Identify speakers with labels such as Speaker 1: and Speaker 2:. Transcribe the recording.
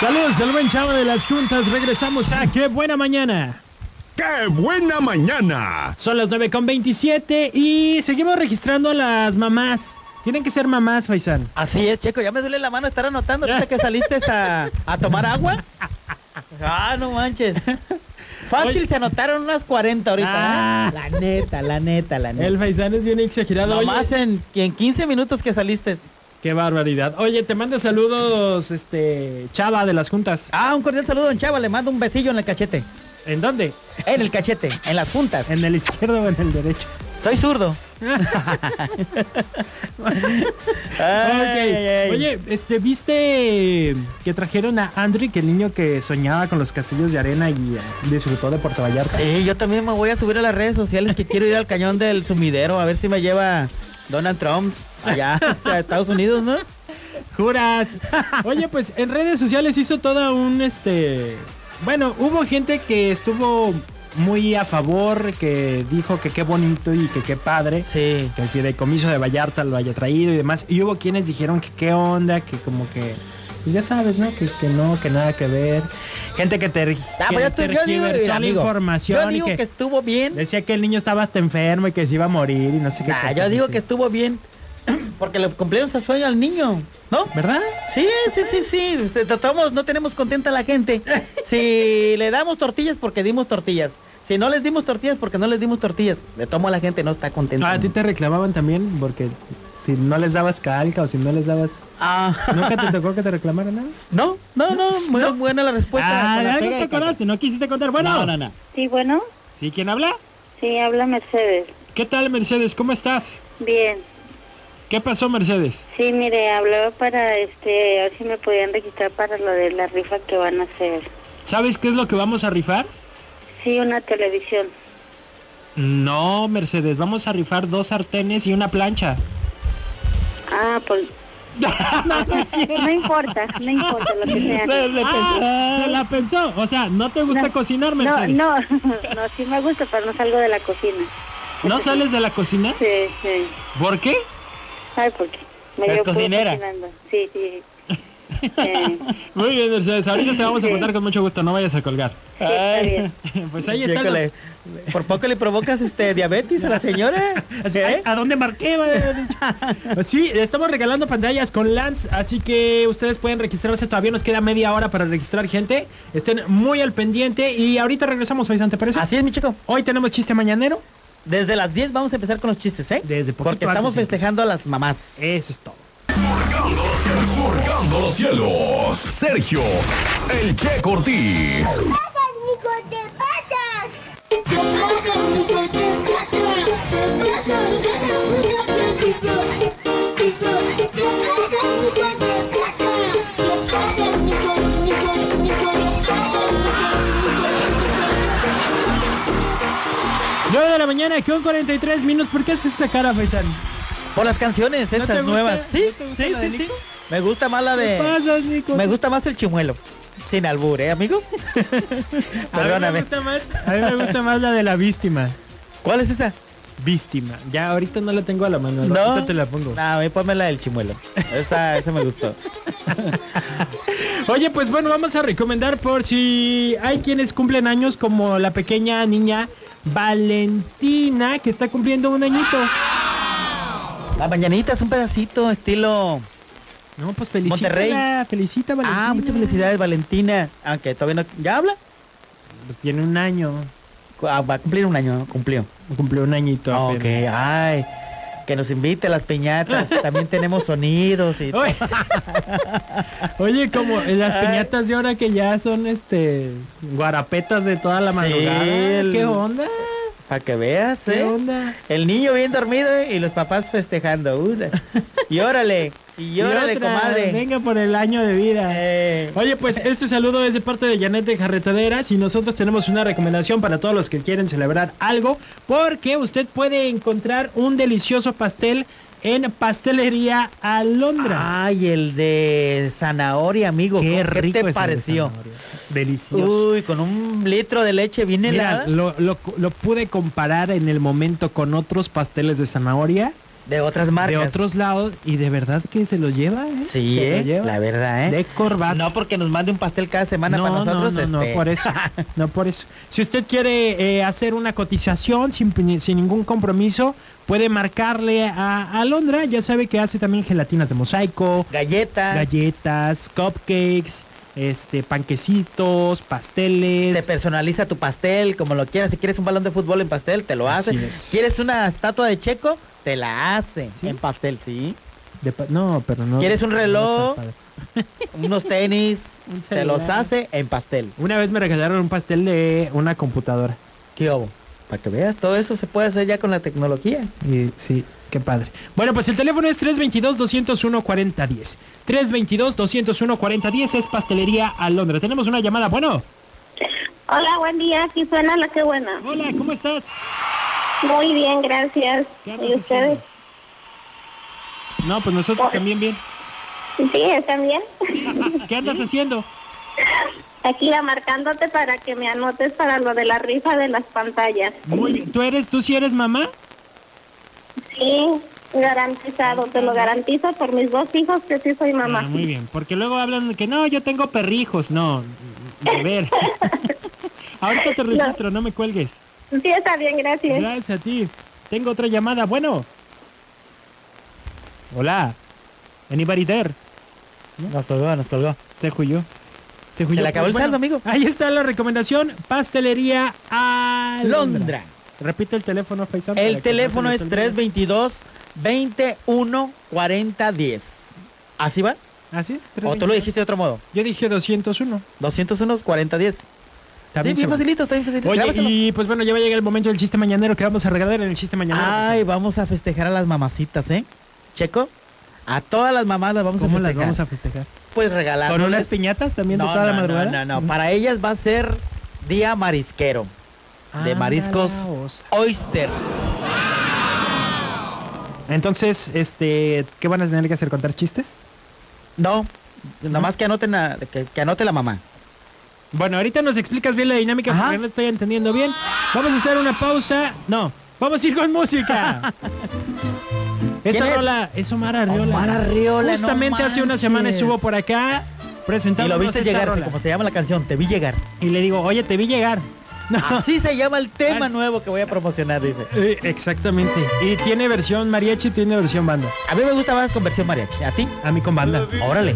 Speaker 1: Saludos al buen chavo de las juntas. Regresamos a Qué Buena Mañana.
Speaker 2: ¡Qué buena mañana!
Speaker 1: Son las 9.27 y seguimos registrando a las mamás. Tienen que ser mamás, Faisán.
Speaker 3: Así es, Checo, ya me duele la mano estar anotando ahorita que saliste a, a tomar agua. Ah, no manches. Fácil
Speaker 1: Oye.
Speaker 3: se anotaron unas 40 ahorita.
Speaker 1: Ah.
Speaker 3: ¿eh? La neta, la neta, la neta.
Speaker 1: El Faisán es bien exagerado. Oye,
Speaker 3: Nomás en, en 15 minutos que saliste.
Speaker 1: Qué barbaridad. Oye, te manda saludos, este, Chava de las juntas.
Speaker 3: Ah, un cordial saludo, don Chava. Le mando un besillo en el cachete.
Speaker 1: ¿En dónde?
Speaker 3: En el cachete, en las puntas.
Speaker 1: ¿En el izquierdo o en el derecho?
Speaker 3: Soy zurdo. Ay, ay, ay.
Speaker 1: Ok. Oye, este, ¿viste que trajeron a Andrick, el niño que soñaba con los castillos de arena y eh, disfrutó de Puerto Vallarta?
Speaker 3: Sí, yo también me voy a subir a las redes sociales que quiero ir al cañón del sumidero a ver si me lleva Donald Trump allá hasta Estados Unidos, ¿no?
Speaker 1: ¡Juras! Oye, pues en redes sociales hizo toda un, este... Bueno, hubo gente que estuvo muy a favor, que dijo que qué bonito y que qué padre.
Speaker 3: Sí.
Speaker 1: que el fideicomiso de Vallarta lo haya traído y demás. Y hubo quienes dijeron que qué onda, que como que, pues ya sabes, ¿no? Que, que no, que nada que ver. Gente que te,
Speaker 3: Ah,
Speaker 1: que
Speaker 3: pues yo, tu- yo digo,
Speaker 1: tergiversó
Speaker 3: mira,
Speaker 1: la
Speaker 3: amigo,
Speaker 1: información
Speaker 3: yo
Speaker 1: y
Speaker 3: digo
Speaker 1: que,
Speaker 3: que estuvo bien.
Speaker 1: decía que el niño estaba hasta enfermo y que pues, se iba a morir y no sé qué.
Speaker 3: Nah,
Speaker 1: cosas
Speaker 3: yo digo
Speaker 1: así.
Speaker 3: que estuvo bien porque le cumplieron su sueño al niño, ¿no?
Speaker 1: ¿Verdad?
Speaker 3: Sí, sí, sí, sí. Este, tratamos- no tenemos contenta a la gente. Si le damos tortillas porque dimos tortillas. Si no les dimos tortillas porque no les dimos tortillas. Le tomo a la gente, no está contenta.
Speaker 1: Ah, a ti te reclamaban también porque si no les dabas calca o si no les dabas...
Speaker 3: Ah,
Speaker 1: ¿Nunca te tocó que te reclamaran nada?
Speaker 3: no, no, no. Muy buena la respuesta.
Speaker 1: ah,
Speaker 3: Pues, Con la
Speaker 1: algo te
Speaker 3: pega y con-
Speaker 1: acordaste, no quisiste contar. Bueno,
Speaker 3: No, no, no.
Speaker 4: Sí, bueno,
Speaker 1: ¿sí quién habla?
Speaker 4: sí, habla Mercedes.
Speaker 1: ¿Qué tal, Mercedes? ¿Cómo estás?
Speaker 4: Bien,
Speaker 1: ¿Qué pasó, Mercedes?
Speaker 4: sí, mire, hablaba para, este, a ver si me podían registrar para lo de la rifa que van a hacer.
Speaker 1: ¿Sabes qué es lo que vamos a rifar?
Speaker 4: Sí, una televisión.
Speaker 1: No, Mercedes, vamos a rifar dos sartenes y una plancha.
Speaker 4: Ah, pues,
Speaker 1: no, no es cierto.
Speaker 4: no importa, no importa lo que sea.
Speaker 3: Le-
Speaker 4: No,
Speaker 3: le
Speaker 1: Ah, se
Speaker 3: pensé.
Speaker 1: la pensó. O sea, ¿no te gusta
Speaker 4: No,
Speaker 1: cocinar,
Speaker 4: no,
Speaker 1: Mercedes?
Speaker 4: no, no, sí me gusta, pero no salgo de la cocina.
Speaker 1: ¿No sales de la cocina?
Speaker 4: Sí, sí.
Speaker 1: ¿Por qué?
Speaker 4: Ay, porque me
Speaker 3: Es
Speaker 4: dio puro
Speaker 3: cocinera.
Speaker 4: cocinando. Sí, sí. Eh, Sí, sí,
Speaker 1: Muy bien, Mercedes. Ahorita te vamos a contar con mucho gusto. No vayas a colgar.
Speaker 4: Ah, está
Speaker 3: Ay.
Speaker 4: bien.
Speaker 1: Pues ahí está.
Speaker 3: Chécale, Por poco le provocas este diabetes a la señora. ¿Eh?
Speaker 1: ¿A dónde marqué? va a haber dicho? Pues sí, estamos regalando pantallas con Lance, así que ustedes pueden registrarse. Todavía nos queda media hora para registrar gente. Estén muy al pendiente y ahorita regresamos, Faisán, ¿te parece?
Speaker 3: Así es, mi chico.
Speaker 1: Hoy tenemos chiste mañanero.
Speaker 3: Desde las 10 vamos a empezar con los chistes, ¿eh?
Speaker 1: Desde poquito
Speaker 3: Porque
Speaker 1: antes,
Speaker 3: estamos
Speaker 1: sí.
Speaker 3: festejando a las mamás.
Speaker 1: Eso es todo.
Speaker 2: Surcando los cielos. Sergio, el Che Cortés.
Speaker 5: pasas, Nico, te pasas. Te pasas, Nico, te pasas. Te pasas, te pasas, Nico, te pasas. Te pasas, Nico, te pasas. Te pasas, Nico, Nico, Nico, te pasas. Nico, Nico, Nico, te pasas.
Speaker 1: 9 de la mañana con 43 minutos. ¿Por qué haces esa cara, Faisán?
Speaker 3: Por las canciones,
Speaker 1: ¿No te
Speaker 3: estas
Speaker 1: gusta-
Speaker 3: nuevas. Sí,
Speaker 1: no te gusta
Speaker 3: sí,
Speaker 1: la de
Speaker 3: sí, sí.
Speaker 1: Nico?
Speaker 3: Me gusta más la de.
Speaker 1: pasas, Nico?
Speaker 3: Me gusta más el chimuelo. Sin albur, ¿eh, amigo?
Speaker 1: A mí me
Speaker 3: Perdóname.
Speaker 1: gusta más, a mí me gusta más la de la víctima.
Speaker 3: ¿Cuál es esa?
Speaker 1: Víctima. Ya ahorita no la tengo a la mano.
Speaker 3: No.
Speaker 1: Ahorita te la pongo.
Speaker 3: No, a mí ponme la del chimuelo. Esa, esa me gustó.
Speaker 1: Oye, pues bueno, vamos a recomendar por si hay quienes cumplen años, como la pequeña niña Valentina, que está cumpliendo un añito.
Speaker 3: La mañanita es un pedacito, estilo.
Speaker 1: No, pues felicita.
Speaker 3: Monterrey.
Speaker 1: Felicita, Valentina.
Speaker 3: Ah, muchas felicidades, Valentina. Aunque todavía no. ¿Ya habla?
Speaker 1: Pues tiene un año.
Speaker 3: Ah, Va a cumplir un año, ¿no? cumplió.
Speaker 1: Cumplió un añito.
Speaker 3: Ah, Ok,
Speaker 1: apenas.
Speaker 3: ay. Que nos invite a las piñatas. También tenemos sonidos y.
Speaker 1: Oye, Oye, como las piñatas de ahora que ya son este guarapetas de toda la
Speaker 3: Sí,
Speaker 1: madrugada.
Speaker 3: el-
Speaker 1: ¿Qué onda?
Speaker 3: Para que veas,
Speaker 1: ¿Qué
Speaker 3: ¿eh?
Speaker 1: onda?
Speaker 3: El niño bien dormido ¿eh? y los papás festejando. Una. Y órale, y órale,
Speaker 1: otra,
Speaker 3: comadre.
Speaker 1: Venga por el año de vida.
Speaker 3: Eh,
Speaker 1: Oye, pues este saludo es de parte de Janet de Jarretaderas y nosotros tenemos una recomendación para todos los que quieren celebrar algo, porque usted puede encontrar un delicioso pastel en Pastelería Alondra.
Speaker 3: Ay, el de zanahoria, amigo. ¿Cómo-
Speaker 1: es el
Speaker 3: Ah, te
Speaker 1: de
Speaker 3: pareció?
Speaker 1: zanahoria. Delicioso.
Speaker 3: Uy, con un litro de leche bien
Speaker 1: Mira,
Speaker 3: helada.
Speaker 1: lo, lo- lo pude comparar en el momento con otros pasteles de zanahoria
Speaker 3: de otras marcas.
Speaker 1: de otros lados y de verdad que se lo lleva, ¿eh?
Speaker 3: Sí,
Speaker 1: Se lo
Speaker 3: eh,
Speaker 1: lleva.
Speaker 3: la verdad, ¿eh?
Speaker 1: De corbata.
Speaker 3: No porque nos mande un pastel cada semana
Speaker 1: no,
Speaker 3: para nosotros.
Speaker 1: no, no, no,
Speaker 3: este,
Speaker 1: por eso. No por eso. Si usted quiere eh, hacer una cotización sin, pi- sin ningún compromiso, puede marcarle a Alondra. Ya sabe que hace también gelatinas de mosaico,
Speaker 3: Galletas.
Speaker 1: galletas, cupcakes, este, panquecitos,
Speaker 3: Te
Speaker 1: pasteles.
Speaker 3: personaliza tu pastel como lo quieras. Si quieres un balón de fútbol en pastel, te lo hace.
Speaker 1: Así es.
Speaker 3: ¿Quieres una estatua de Checo? Te la hace
Speaker 1: Sí.
Speaker 3: en pastel, sí.
Speaker 1: de pa- no, pero no.
Speaker 3: ¿Quieres un
Speaker 1: no,
Speaker 3: reloj?
Speaker 1: tan padre.
Speaker 3: Unos tenis,
Speaker 1: Un
Speaker 3: te los
Speaker 1: celular.
Speaker 3: hace en pastel.
Speaker 1: Una vez me regalaron un pastel de una computadora.
Speaker 3: ¿Qué hubo? Para que veas, todo eso se puede hacer ya con la tecnología.
Speaker 1: Y sí, qué padre. Bueno, pues el teléfono es 322-201-4010. 322-201-4010 es Pastelería Alondra. Tenemos una llamada. Bueno,
Speaker 4: Hola, buen día. Aquí suena la que buena.
Speaker 1: hola, ¿cómo estás?
Speaker 4: Muy bien, gracias.
Speaker 1: ¿Qué andas haciendo? No, pues nosotros también bien. Ah,
Speaker 4: Sí, están bien.
Speaker 1: ¿Qué andas haciendo?
Speaker 4: Aquí la marcándote para que me anotes para lo de la rifa de las pantallas.
Speaker 1: Muy bien. ¿Tú eres, tú sí eres mamá?
Speaker 4: Sí, garantizado, te lo garantizo por mis dos hijos que sí soy mamá.
Speaker 1: Ah, muy bien, porque luego hablan que no, yo tengo perrijos. No, a ver. Ahorita te registro, no me cuelgues.
Speaker 4: Sí, está bien, gracias.
Speaker 1: Gracias a ti. Tengo otra llamada. Bueno. Hola. Anybody there?
Speaker 3: Nos colgó, nos colgó.
Speaker 1: Se huyó. Se huyó.
Speaker 3: Se le acabó el saldo, amigo.
Speaker 1: Ahí está la recomendación. Pastelería Alondra.
Speaker 3: Londra.
Speaker 1: Repite el teléfono, Faisal. para que
Speaker 3: El
Speaker 1: no
Speaker 3: teléfono
Speaker 1: se
Speaker 3: es
Speaker 1: les olvide.
Speaker 3: 322 21 40 10. ¿Así va?
Speaker 1: Así es.
Speaker 3: ¿O tú lo dijiste de otro modo?
Speaker 1: Yo dije 201.
Speaker 3: 201 40 10. Sí,
Speaker 1: También
Speaker 3: bien
Speaker 1: se va.
Speaker 3: facilito, está bien facilito.
Speaker 1: Oye,
Speaker 3: Grábaselo.
Speaker 1: y pues bueno, ya va a llegar el momento del chiste mañanero que vamos a regalar en el chiste mañanero.
Speaker 3: Ay,
Speaker 1: Faisal.
Speaker 3: vamos a festejar a las mamacitas, ¿eh? Checo, a todas las mamás las vamos
Speaker 1: Pues, ¿Cómo
Speaker 3: a
Speaker 1: las
Speaker 3: festejar.
Speaker 1: vamos a festejar?
Speaker 3: Pues regalar.
Speaker 1: ¿Con unas piñatas también de
Speaker 3: no,
Speaker 1: toda la
Speaker 3: no, no,
Speaker 1: madrugada?
Speaker 3: No, no, Para ellas va a ser día marisquero. De mariscos.
Speaker 1: Ándalaos.
Speaker 3: Oyster.
Speaker 1: Entonces, este, ¿qué van a tener que hacer? ¿Contar chistes?
Speaker 3: No, nomás que anoten a- que, que anote la mamá.
Speaker 1: Bueno, ahorita nos explicas bien la dinámica
Speaker 3: Ajá.
Speaker 1: porque no estoy entendiendo bien. Vamos a hacer una pausa. No, vamos a ir con música.
Speaker 3: ¿Quién
Speaker 1: Esta
Speaker 3: es?
Speaker 1: rola es Omar Arriola.
Speaker 3: Omar Arriola, no
Speaker 1: Justamente hace una semana
Speaker 3: manches.
Speaker 1: estuvo por acá
Speaker 3: Y
Speaker 1: presentando.
Speaker 3: lo viste llegar, como se llama la canción, te vi llegar.
Speaker 1: Y le digo, oye, te vi llegar. No.
Speaker 3: Así se llama el tema
Speaker 1: Ah.
Speaker 3: nuevo que voy a promocionar, dice.
Speaker 1: Eh, Exactamente. Y tiene versión mariachi, tiene versión banda.
Speaker 3: A mí me gusta más con versión mariachi. ¿A ti?
Speaker 1: A mí con banda.
Speaker 3: Órale.